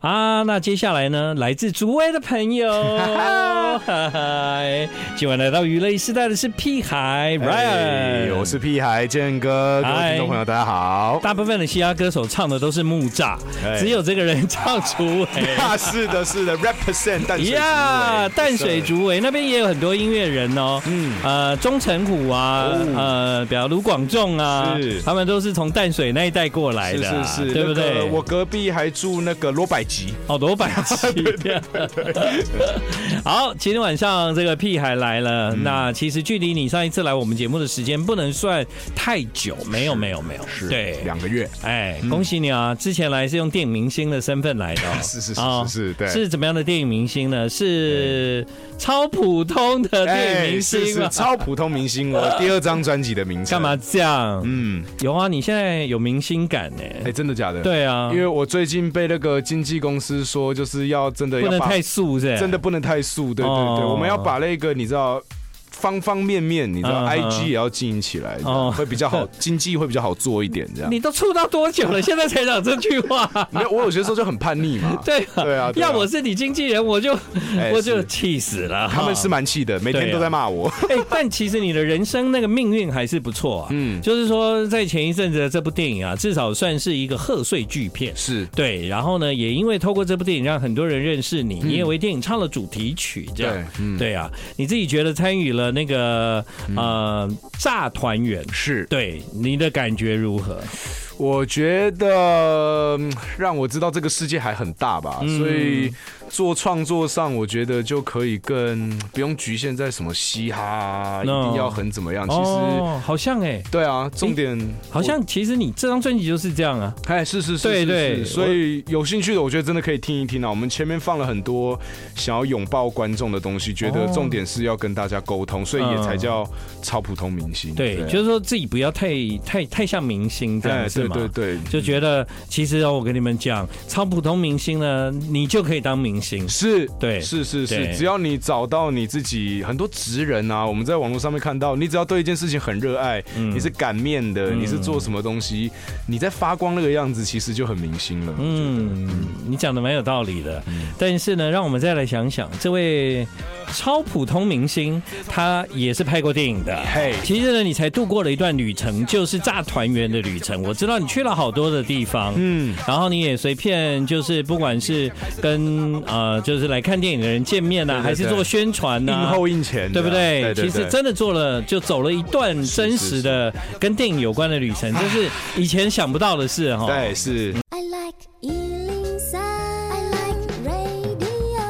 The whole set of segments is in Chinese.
啊，那接下来呢，来自竹威的朋友， 嗨，今晚来到娱乐时代的是屁孩 Ryan，、哎我是屁孩建哥，各位嗨听众朋友，大家好。大部分的嘻哈歌手唱的都是木栅，哎只有这个人唱竹 围。啊，是的，哎是的，represent 淡水竹 呀围淡水，竹围那边也有很多音乐人哦，嗯嗯，呃，钟成虎啊，哦呃，比如卢广仲啊是，他们都是从淡水那一带过来是的啊、是是，对不那个对？我隔壁还住那个罗百吉，好多百集。 好，今天晚上这个屁孩来了。嗯那其实距离你上一次来我们节目的时间不能算太久，没有没有没有，是对。两个月。哎，恭喜你啊！之前来是用电影明星的身份来的哦、 是是是哦是是对是怎么样的电影明星呢？是超普通的电影明哎是星是吗？超普通明 星，我第二张专辑的名称干嘛？这样？嗯，有啊，你现在有明星感呢、哎，真的假的？，对啊，因为我最近被那个经纪公司说，就是要真的不要能把太素是不是真的不能太素，对对对，哎哦我们要把那个你知道。方方面面，你知道嗯嗯，IG 也要经营起来，这样哦会比较 好，经济会比较好做一点，这样。你都出道多 久了？现在才讲这句话？没有，我有些时候就很叛逆 嘛 。对啊，对啊对啊要我是你经纪人，我就、哎我就是气死了。他们是蛮气的，每天都在 骂我。哎、但其实你的人生那个命运还是不错啊。嗯，嗯就是说，在前一阵子的这部电影啊，至少算是一个贺岁巨片。是，对，然后呢，也因为透过这部电影，让很多人认识你，你也为电影唱了主题曲，这样嗯对，嗯对啊，你自己觉得参与了那个呃炸团圆，是，对你的感觉如何？我觉得嗯让我知道这个世界还很大吧，嗯所以做创作上，我觉得就可以更不用局限在什么嘻哈啊，一 No 定要很怎么样。其实，哦，好像哎、对啊，重点好像其实你这张专辑就是这样啊。哎，是是是，对是对是所以有兴趣的，我觉得真的可以听一听啊。我们前面放了很多想要拥抱观众的东西，觉得哦重点是要跟大家沟通，所以也嗯才叫超普通明星。对，啊就是说自己不要太太太像明星这样哎，是对吗？对对，就觉得其实哦，我跟你们讲，超普通明星呢，你就可以当明星。是，对是是对是，只要你找到你自己，很多职人啊，我们在网络上面看到，你只要对一件事情很热爱，嗯你是擀面的，你是做什么东西，你在发光那个样子，其实就很明星了。嗯，你讲的蛮有道理的。嗯但是呢，让我们再来想想，这位超普通明星，他也是拍过电影的。嘿其实呢，你才度过了一段旅程，就是炸团圆的旅程。我知道你去了好多的地方，嗯，然后你也随便就是不管是跟呃就是来看电影的人见面呐、对对还是做宣传呐、硬后硬前的嗯对啊，不对？对其实对真的做了，就走了一段真实的跟电影有关的旅程，这是以前想不到的事哈。对是。 I like Ealing Sound. I like radio.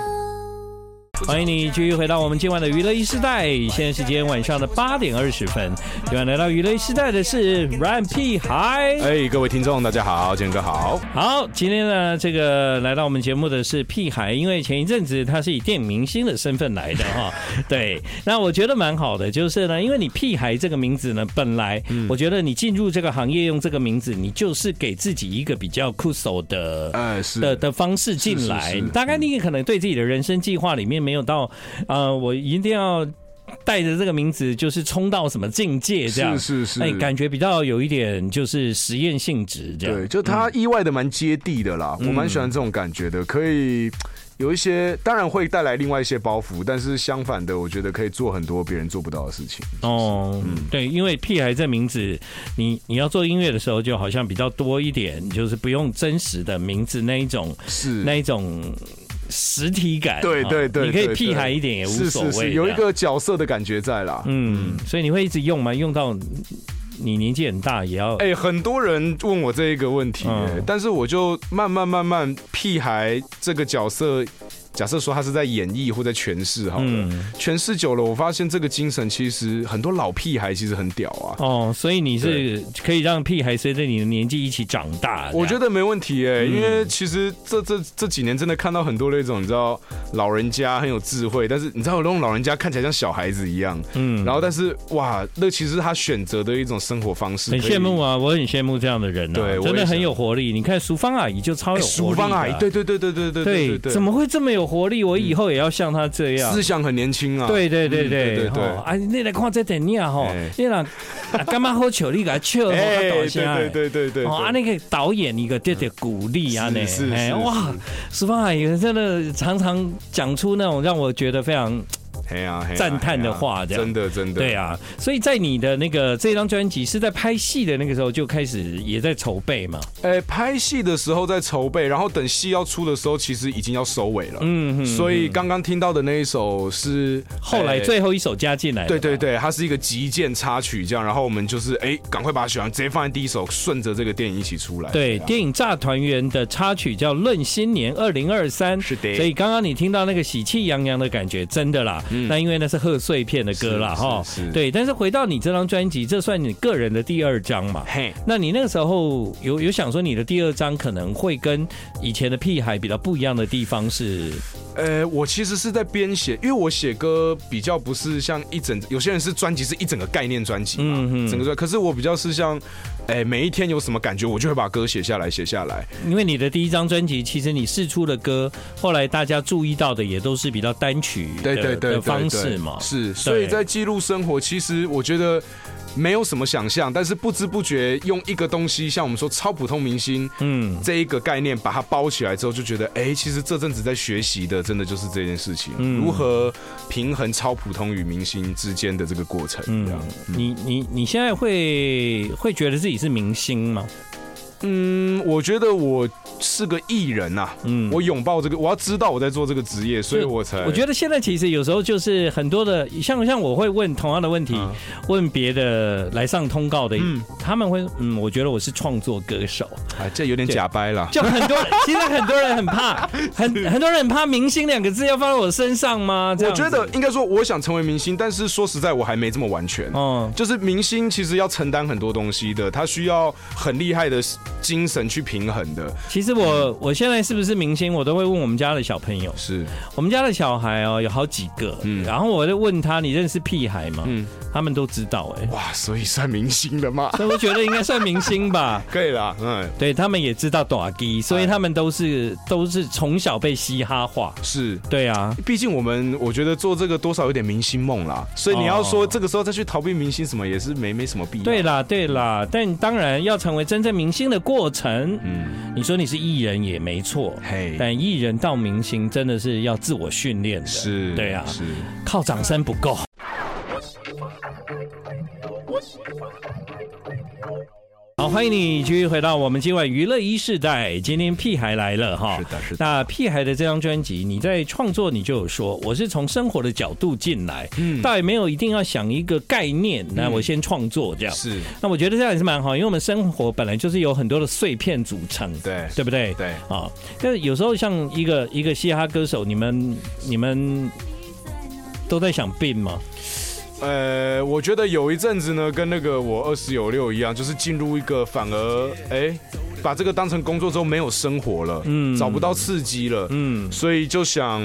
欢迎你继续回到我们今晚的娱乐一时代，现在时间晚上的八点二十分。今晚来到娱乐一时代的是 Ryan 屁孩。哎，各位听众，大家好，建哥好。好，今天呢，这个来到我们节目的是屁孩，因为前一阵子他是以电影明星的身份来的 哈。对，那我觉得蛮好的，就是呢，因为你屁孩这个名字呢，本来嗯我觉得你进入这个行业用这个名字，你就是给自己一个比较酷手的。哎，是的的方式进来，是是是大概你也可能对自己的人生计划里面没有到，呃，我一定要带着这个名字就是冲到什么境界这样，是是是哎，感觉比较有一点就是实验性质这样，对，就他意外的蛮接地的啦，嗯我蛮喜欢这种感觉的，可以有一些，当然会带来另外一些包袱，但是相反的，我觉得可以做很多别人做不到的事情。哦，嗯对，因为屁孩这名字，你你要做音乐的时候，就好像比较多一点，就是不用真实的名字那一种是那一种实体感。对哦对对，你可以对屁孩一点也无所谓。是是是，有一这样，个角色的感觉在啦。嗯，所以你会一直用吗？用到你年纪很大也要。哎、很多人问我这一个问题、嗯哎但是我就慢慢慢慢，屁孩这个角色，假设说他是在演绎或在诠释好了，嗯诠释久了，我发现这个精神其实很多老屁孩其实很屌啊。哦，所以你是可以让屁孩随着你的年纪一起长大。我觉得得没问题哎、嗯因为其实这这这几年真的看到很多那种你知道老人家很有智慧，但是你知道有那种老人家看起来像小孩子一样，嗯然后但是哇，那其实他选择的一种生活方式，很羡慕啊，我很羡慕这样的人啊，对我也真的很想哎有活力。你看淑芳阿姨就超有活力的啊、淑芳阿姨，对对对对对对对，对，怎么会这么有有活力，我以后也要像他这样思。想很年轻啊。对对对嗯对对对吼啊，你来看这电影吼哎，你若啊干嘛好球，你给他笑，哎，给哦他对大声的对对对对，哦，啊，那个导演一个点点鼓励啊，是那是是哇，石方海真的常常讲出那种让我觉得非常哎呀，嘿啊赞叹的话这嘿样啊真的真的，对啊，所以在你的那个这张专辑是在拍戏的那个时候就开始也在筹备嘛，哎，拍戏的时候在筹备，然后等戏要出的时候，其实已经要收尾了。嗯哼，所以刚刚听到的那一首是后来哎最后一首加进来的嘛，对对对，它是一个极简插曲，这样，然后我们就是哎，赶快把它选完，直接放在第一首，顺着这个电影一起出来。对，啊电影《炸团圆》的插曲叫《论新年二零二三》，是的所以刚刚你听到那个喜气洋洋的感觉，真的啦。那因为那是贺岁片的歌啦，嗯是哈是是。对，但是回到你这张专辑，这算你个人的第二张嘛？嘿，那你那个时候有有想说你的第二张可能会跟以前的屁孩比较不一样的地方是？呃，我其实是在编写，因为我写歌比较不是像一整，有些人是专辑是一整个概念专辑嘛，嗯嗯整个专，可是我比较是像，哎，每一天有什么感觉，我就会把歌写下来，写下来。因为你的第一张专辑，其实你试出的歌，后来大家注意到的也都是比较单曲的对对对的对方对式嘛。是，所以在记录生活，其实我觉得。没有什么想象，但是不知不觉用一个东西，像我们说超普通明星嗯，这一个概念，把它包起来之后，就觉得，哎，其实这阵子在学习的，真的就是这件事情，嗯如何平衡超普通与明星之间的这个过程。嗯这样你你你现在会会觉得自己是明星吗？嗯，我觉得我是个艺人呐、啊嗯我拥抱这个，我要知道我在做这个职业，所以就我才我觉得现在其实有时候就是很多的，像像我会问同样的问题，嗯问别的来上通告的，嗯他们会嗯，我觉得我是创作歌 手，哎，这有点假掰啦。就很多，其实很多人很怕，很很多人很怕“明星”两个字要放在我身上吗？这样我子觉得，应该说，我想成为明星，但是说实在，我还没这么完全。哦，就是明星其实要承担很多东西的，他需要很厉害的精神去平衡的。其实我我现在是不是明星，我都会问我们家的小朋友，是，我们家的小孩哦有好几个，然后我就问他，你认识屁孩吗？嗯他们都知道哎、哇，所以算明星了嘛？所以我觉得应该算明星吧。可以啦，嗯，对他们也知道短笛，所以他们都是都是从小被嘻哈化。是。对啊，毕竟我们，我觉得做这个多少有点明星梦啦，所以你要说哦这个时候再去逃避明星什么，也是没没什么必要。对，啦，对啦，但当然要成为真正明星的过程，嗯，你说你是艺人也没错，嘿，但艺人到明星真的是要自我训练的，是，对啊，是。靠掌声不够。好，欢迎你继续回到我们今晚娱乐一世代。今天屁孩来了哈，是的是的那屁孩的这张专辑，你在创作你就有说，我是从生活的角度进来，嗯，倒也没有一定要想一个概念，那我先创作这样。是，那我觉得这样也是蛮好，因为我们生活本来就是有很多的碎片组成，对对不对？对啊，但有时候像一个一个嘻哈歌手，你们你们都在想病吗？呃，我觉得有一阵子呢，跟那个我二十有六一样，就是进入一个反而哎、把这个当成工作之后没有生活了，嗯，找不到刺激了，嗯，所以就想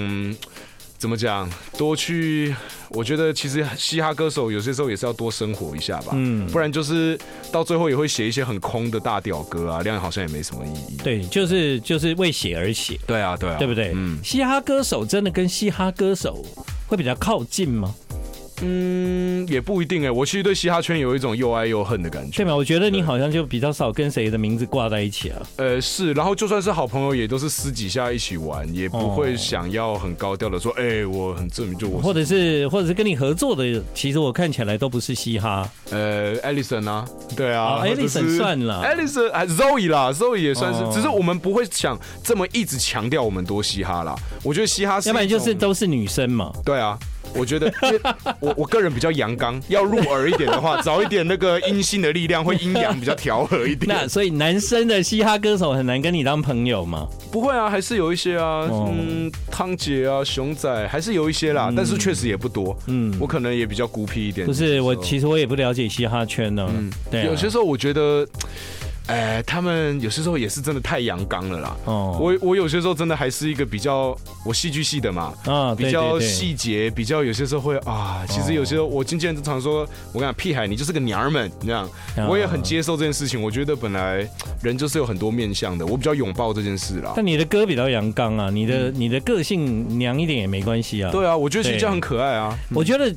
怎么讲，多去。我觉得其实嘻哈歌手有些时候也是要多生活一下吧，嗯，不然就是到最后也会写一些很空的大屌歌啊，这样好像也没什么意义。对，就是就是为写而写，对啊，对啊，对不对？嗯嘻哈歌手真的跟嘻哈歌手会比较靠近吗？嗯，也不一定哎、我其实对嘻哈圈有一种又爱又恨的感觉对。吗？我觉得你对好像就比较少跟谁的名字挂在一起啊。呃，是，然后就算是好朋友，也都是私底下一起玩，也不会想要很高调的说，哎、我很证明就我哦或是，者是，或者是跟你合作的，其实我看起来都不是嘻哈，呃，Alison 啊，对哦啊，Alison 算了，Alison 还 Zoe 啦，Zoe 也算是，哦只是我们不会想这么一直强调我们多嘻哈啦。我觉得嘻哈是一要种，不然就是都是女生嘛。对啊。我觉得，因为我我个人比较阳刚，要入耳一点的话，找一点那个阴性的力量，会阴阳比较调和一 点那。所以男生的嘻哈歌手很难跟你当朋友嘛？不会啊，还是有一些啊，哦嗯嗯，汤姐啊，熊仔还是有一些啦，但是确实也不多。嗯，我可能也比较孤僻一点。不是，我有些时候嗯其实我也不了解嘻哈圈呢、对啊、有些时候我觉得。哎，他们有些时候也是真的太阳刚了啦。哦我我有些时候真的还是一个比较我戏剧系的嘛，啊，对比较对对哦细节，比较有些时候会啊，其实有些时候我经纪人就常说，我跟你讲屁孩，你就是个娘儿们，这样，啊我也很接受这件事情。我觉得本来人就是有很多面向的，我比较拥抱这件事啦。但你的歌比较阳刚啊，你的、你的个性娘一点也没关系啊。嗯对啊，我觉得其实对这样很可爱啊。我觉得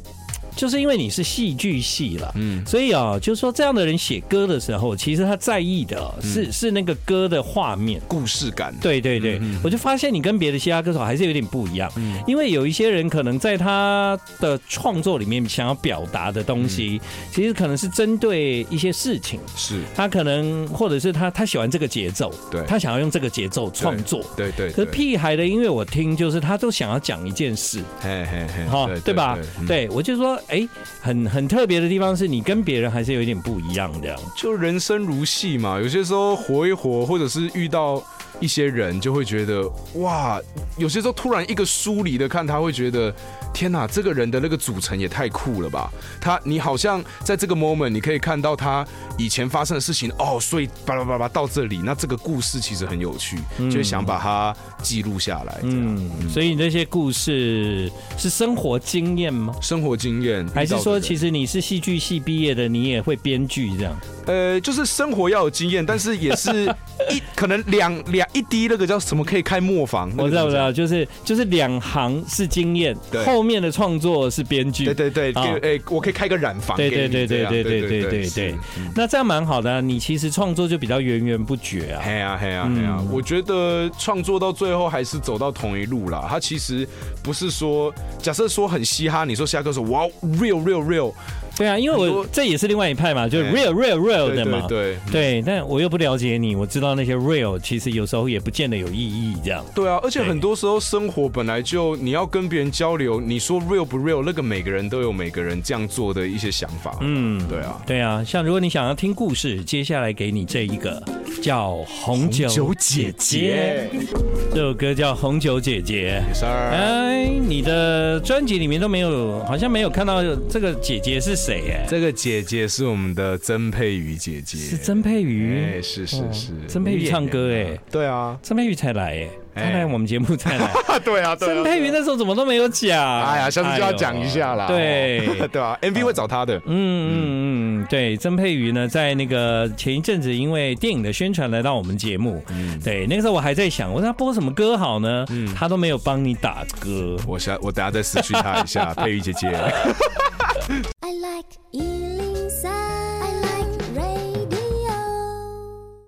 就是因为你是戏剧系了。嗯，所以啊，就是说这样的人写歌的时候，其实他在意的啊是、嗯是那个歌的画面。故事感，对对对，我就发现你跟别的嘻哈歌手还是有点不一样，因为有一些人可能在他的创作里面想要表达的东西，其实可能是针对一些事情，是他可能或者是他他喜欢这个节奏，对他想要用这个节奏创作。对对。可对是屁孩的音乐，我听就是他都想要讲一件事，嘿嘿嘿，哈，对吧？嗯对，我就说，哎，很很特别的地方是你跟别人还是有一点不一样的。就人生如戏嘛，有些时候活一活，或者是遇到一些人，就会觉得哇，有些时候突然一个疏离的看他，会觉得天哪，这个人的那个组成也太酷了吧！他你好像在这个 moment，你可以看到他以前发生的事情哦，所以巴拉巴拉巴拉到这里，那这个故事其实很有趣，就会想把它记录下来。嗯，嗯，所以你那些故事是生活经验吗？生活经验还是说，其实实你是戏剧系毕业的，你也会编剧这样？呃，就是生活要有经验，但是也 是一可能两两一滴那个叫什么可以开磨坊，那个我知道，我怎么知讲道，就是就是两行是经验对，后面的创作是编剧。对对对，啊给诶，我可以开个染房给对你。对对这对样对对嗯对对对对是，那这样蛮好的啊、你其实创作就比较源源不绝啊。嘿呀嘿呀嘿呀！我觉得创作到最后还是走到同一路啦。他其实不是说，假设说很嘻哈，你说嘻哈歌手哇 real real real，对啊，因为很我多这也是另外一派嘛，就是对 real real real 对的嘛对。对对，但我又不了解你，我知道那些 real 其实有时候也不见得有意义这样。对啊！而且对很多时候生活本来就你要跟别人交流，你说 real 不 real，那个每个人都有每个人这样做的一些想法。嗯，对啊，对啊，像如果你想要听故事，接下来给你这一个叫红酒酒姐姐，这首歌叫《红酒姐姐》。事儿，哎，你的专辑里面都没有，好像没有看到这个姐姐是谁哎、这个姐姐是我们的曾佩瑜姐姐，是曾佩哎，瑜，哦是是是，曾佩瑜唱歌哎、对啊，曾佩瑜才来哎、她哎来我们节目才 来。啊， 对啊，对啊。曾佩瑜那时候怎么都没有讲？哎呀，下次就要讲一下啦。哎呦 对， 对啊，MV 会找他的。嗯嗯嗯，对，曾佩瑜呢，在那个前一阵子因为电影的宣传来到我们节目，对，那个时候我还在想，我说他播什么歌好呢？他都没有帮你打歌。我下我等下再私讯他 一下，佩瑜姐姐。 I like Ealing Sound. I like radio.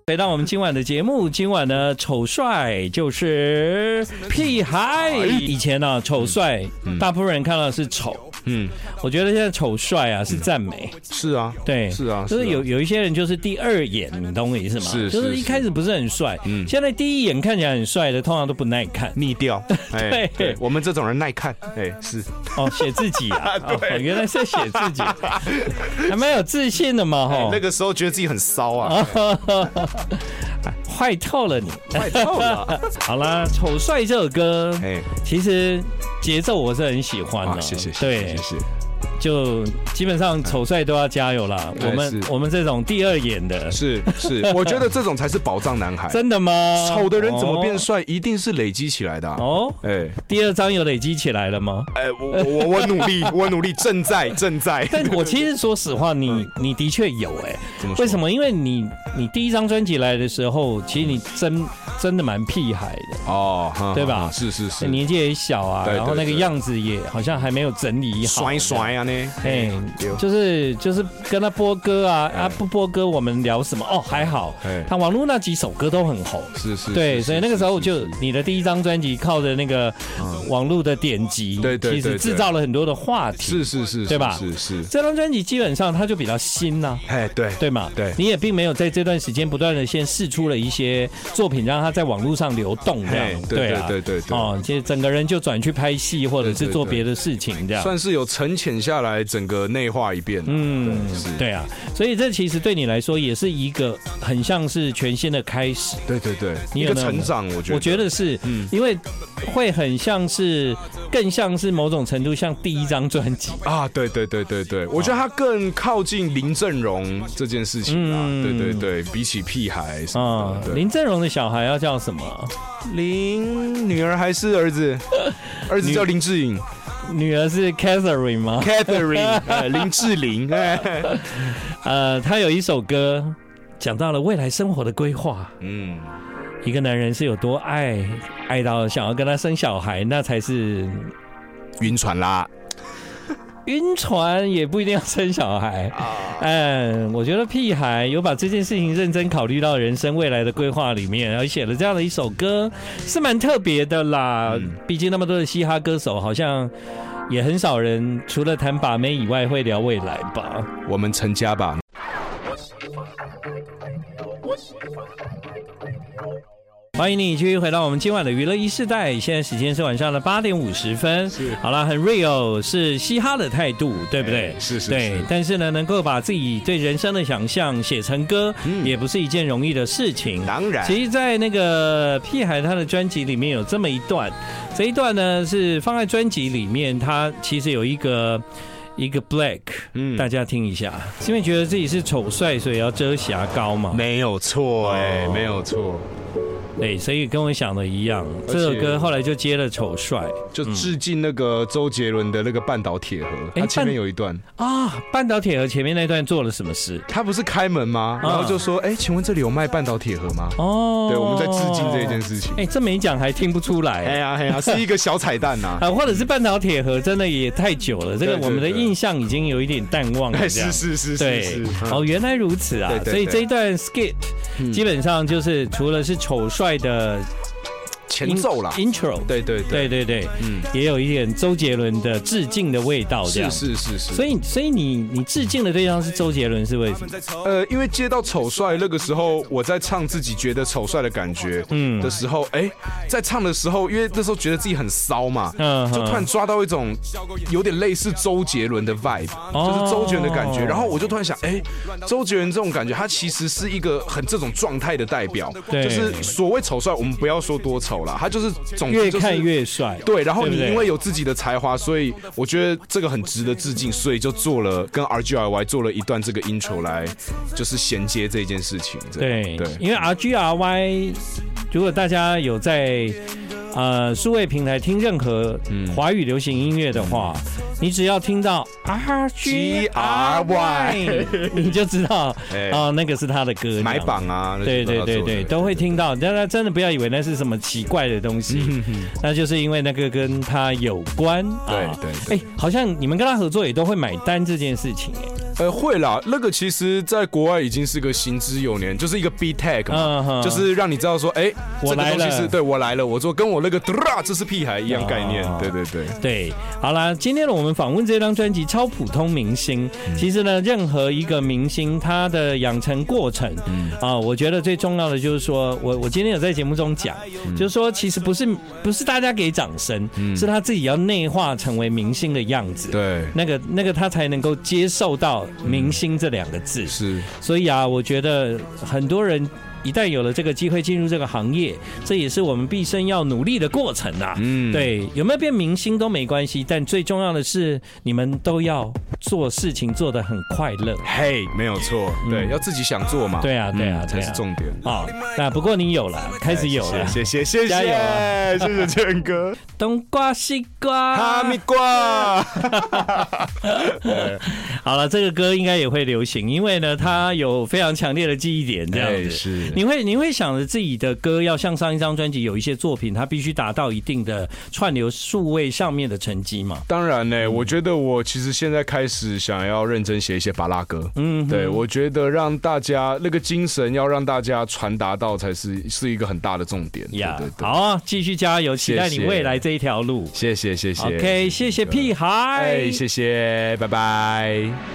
回到我们今晚的节目，今晚呢，丑帅就是屁孩。哎以前呢、啊，丑帅、大部分人看到的是丑，嗯，我觉得现在丑帅啊是赞美，是啊，对，是啊，就是啊有有一些人就是第二眼，你懂我意思吗？是就是是嗯一开始不是很帅，现在第一眼看起来很帅的，通常都不耐看。逆调。 对哎对，我们这种人耐看。哎，是哦，写自己 啊，哦，原来是写自己，还蛮有自信的嘛，吼、哎那个时候觉得自己很骚哦啊，坏透了你。太臭了。好啦，《丑帅》这首歌， 哎，其实节奏我是很喜欢的、啊，谢谢，对，谢谢谢谢。就基本上丑帅都要加油啦。哎我们是我们这种第二眼的，是是，我觉得这种才是宝藏男孩。真的吗？丑的人怎么变帅，一定是累积起来的啊。哦？哦，哎第二章有累积起来了吗？ 哎，我我我我努力，我努力，正在正在。但我其实说实话，你你的确有哎、嗯怎么说为什么？因为你你第一张专辑来的时候，其实你真真的蛮屁孩的， 哦，哈对吧哈哈是是是，年纪也小啊，对对然后那个对样子也好像还没有整理好，甩甩啊呢，哎对，就是就是跟他播歌啊哎啊不播歌，我们聊什么？哦，还好哎，他网络那几首歌都很红。是是，对，是所以是那个时候是嗯就是你的第一张专辑靠着那个网络的点击，对对其实对对制造了很多的话题。是是是，对吧是是，是这张专辑基本上它就比较新呐、哎，对对嘛？对你也并没有在这段时间不断的先试出了一些作品，让它在网络上流动这样嘿，对啊，对对对对哦，其实整个人就转去拍戏或者是对对做对别的事情这样。算是有沉潜下来，整个内化一遍了。啊嗯对是，对啊，所以这其实对你来说也是一个很像是全新的开始。对对对，你一有个那种成长，我觉得，我觉得是，嗯因为会很像是更像是某种程度像第一张专辑。啊，对对对对对，我觉得他更靠近林振荣这件事情啊，嗯对对对，比起屁孩什么啊、的，对林振荣的小孩要叫什么？林女儿还是儿 子，儿子叫林志颖女儿是 Catherine 吗？ ，Catherine，呃林志玲，哎呃，他有一首歌讲到了未来生活的规划。嗯，一个男人是有多爱，爱到想要跟他生小孩，那才是晕船啦，晕船，也不一定要生小孩。嗯，我觉得屁孩有把这件事情认真考虑到人生未来的规划里面，然后写了这样的一首歌，是蛮特别的啦。毕竟那么多的嘻哈歌手，好像也很少人除了谈把妹以外会聊未来吧。我们成家吧。欢迎你继续回到我们今晚的娱乐一世代，现在时间是晚上的八点五十分。好了，很 real 是嘻哈的态度，对不对？哎是是对是，但是呢，能够把自己对人生的想象写成歌，也不是一件容易的事情。嗯当然其实，在那个屁孩他的专辑里面有这么一段，这一段呢是放在专辑里面，他其实有一个一个 black，嗯大家听一下，是因为觉得自己是丑帅，所以要遮瑕膏嘛。没有错，哎，没有错，对，所以跟我想的一样，而且这首歌后来就接了《丑帅》就致敬那个周杰伦的那个半岛铁盒，哎他前半面有一段，啊，半岛铁盒前面那段做了什么事？他不是开门吗？然后就说，哎，请问这里有卖半岛铁盒吗？哦，对，我们在致敬这件。事情。哎，这没讲还听不出哎来。呀哎呀，是一个小彩蛋 呐、啊，或者是半岛铁盒真的也太久了，这个对对我们的对印象已经有一点淡忘了。哎，这样是是是是对是，，哦，原来如此啊对！对嗯所以对这一段 skit 基本上就是除了是丑帅的前奏啦。 intro，对对对对，对对，嗯，也有一点周杰伦的致敬的味道，这是样。是是是。所以，所以你你致敬的对象是周杰伦，是为什么？呃，因为接到丑帅那个时候，我在唱自己觉得丑帅的感觉，嗯的时候，哎、在唱的时候，因为那时候觉得自己很骚嘛，嗯就突然抓到一种有点类似周杰伦的 vibe，、哦就是周杰伦的感觉。然后我就突然想，哎、周杰伦这种感觉，他其实是一个很这种状态的代表，对就是所谓丑帅，我们不要说多丑啦，他就是总之越就是看越帅。对，然后对你不对因为有自己的才华，所以我觉得这个很值得致敬，所以就做了跟 R G R Y 做了一段这个 intro 来，就是衔接这件事情。这样对对，因为 R G R Y，如果大家有在呃数位平台听任何嗯华语流行音乐的话，你只要听到 R G R Y，你 就知道啊、哎那个是他的歌。买这样。榜啊，那对些对都对要做对，嗯的都会听到，大家真的不要以为那是什么奇怪的东西，那就是因为那个跟他有关啊。对对对哎，好像你们跟他合作也都会买单这件事情，哎呃，会啦，那个其实在国外已经是个行之有年，就是一个 B tag 嘛，嗯哼就是让你知道说，哎，我这个来东西了是对我来了，我做跟我那个 dra 这是屁孩一样概念哦，对对对，对，好啦，今天呢，我们访问这张专辑《超普通明星》。其实呢，任何一个明星他的养成过程，啊，我觉得最重要的就是说，我我今天有在节目中讲，就是说，其实不是不是大家给掌声，是他自己要内化成为明星的样子。。对那个那个，他才能够接受到“明星”这两个字。是，所以啊，我觉得很多人一旦有了这个机会进入这个行业，这也是我们毕生要努力的过程啊。嗯，对，有没有变明星都没关系，但最重要的是你们都要做事情做得很快乐。嘿，没有错，对，要自己想做嘛，嗯对啊对啊嗯才对啊是重点。啊、那不过你有了，开始有了，谢谢谢谢加谢油谢，谢谢建 哥，冬瓜、西瓜、哈密瓜，好了，这个歌应该也会流行，因为呢，它有非常强烈的记忆点，这样子。哎是你会你会想着自己的歌要像上一张专辑有一些作品，它必须达到一定的串流数位上面的成绩嘛？当然呢，我觉得我其实现在开始想要认真写一些巴拉歌，嗯，对我觉得让大家那个精神要让大家传达到，才是是一个很大的重点。对呀、对对，好，啊，继续加油，期待你谢谢未来这一条路。谢谢谢谢哎 OK，谢谢屁孩，哎，谢谢，拜拜。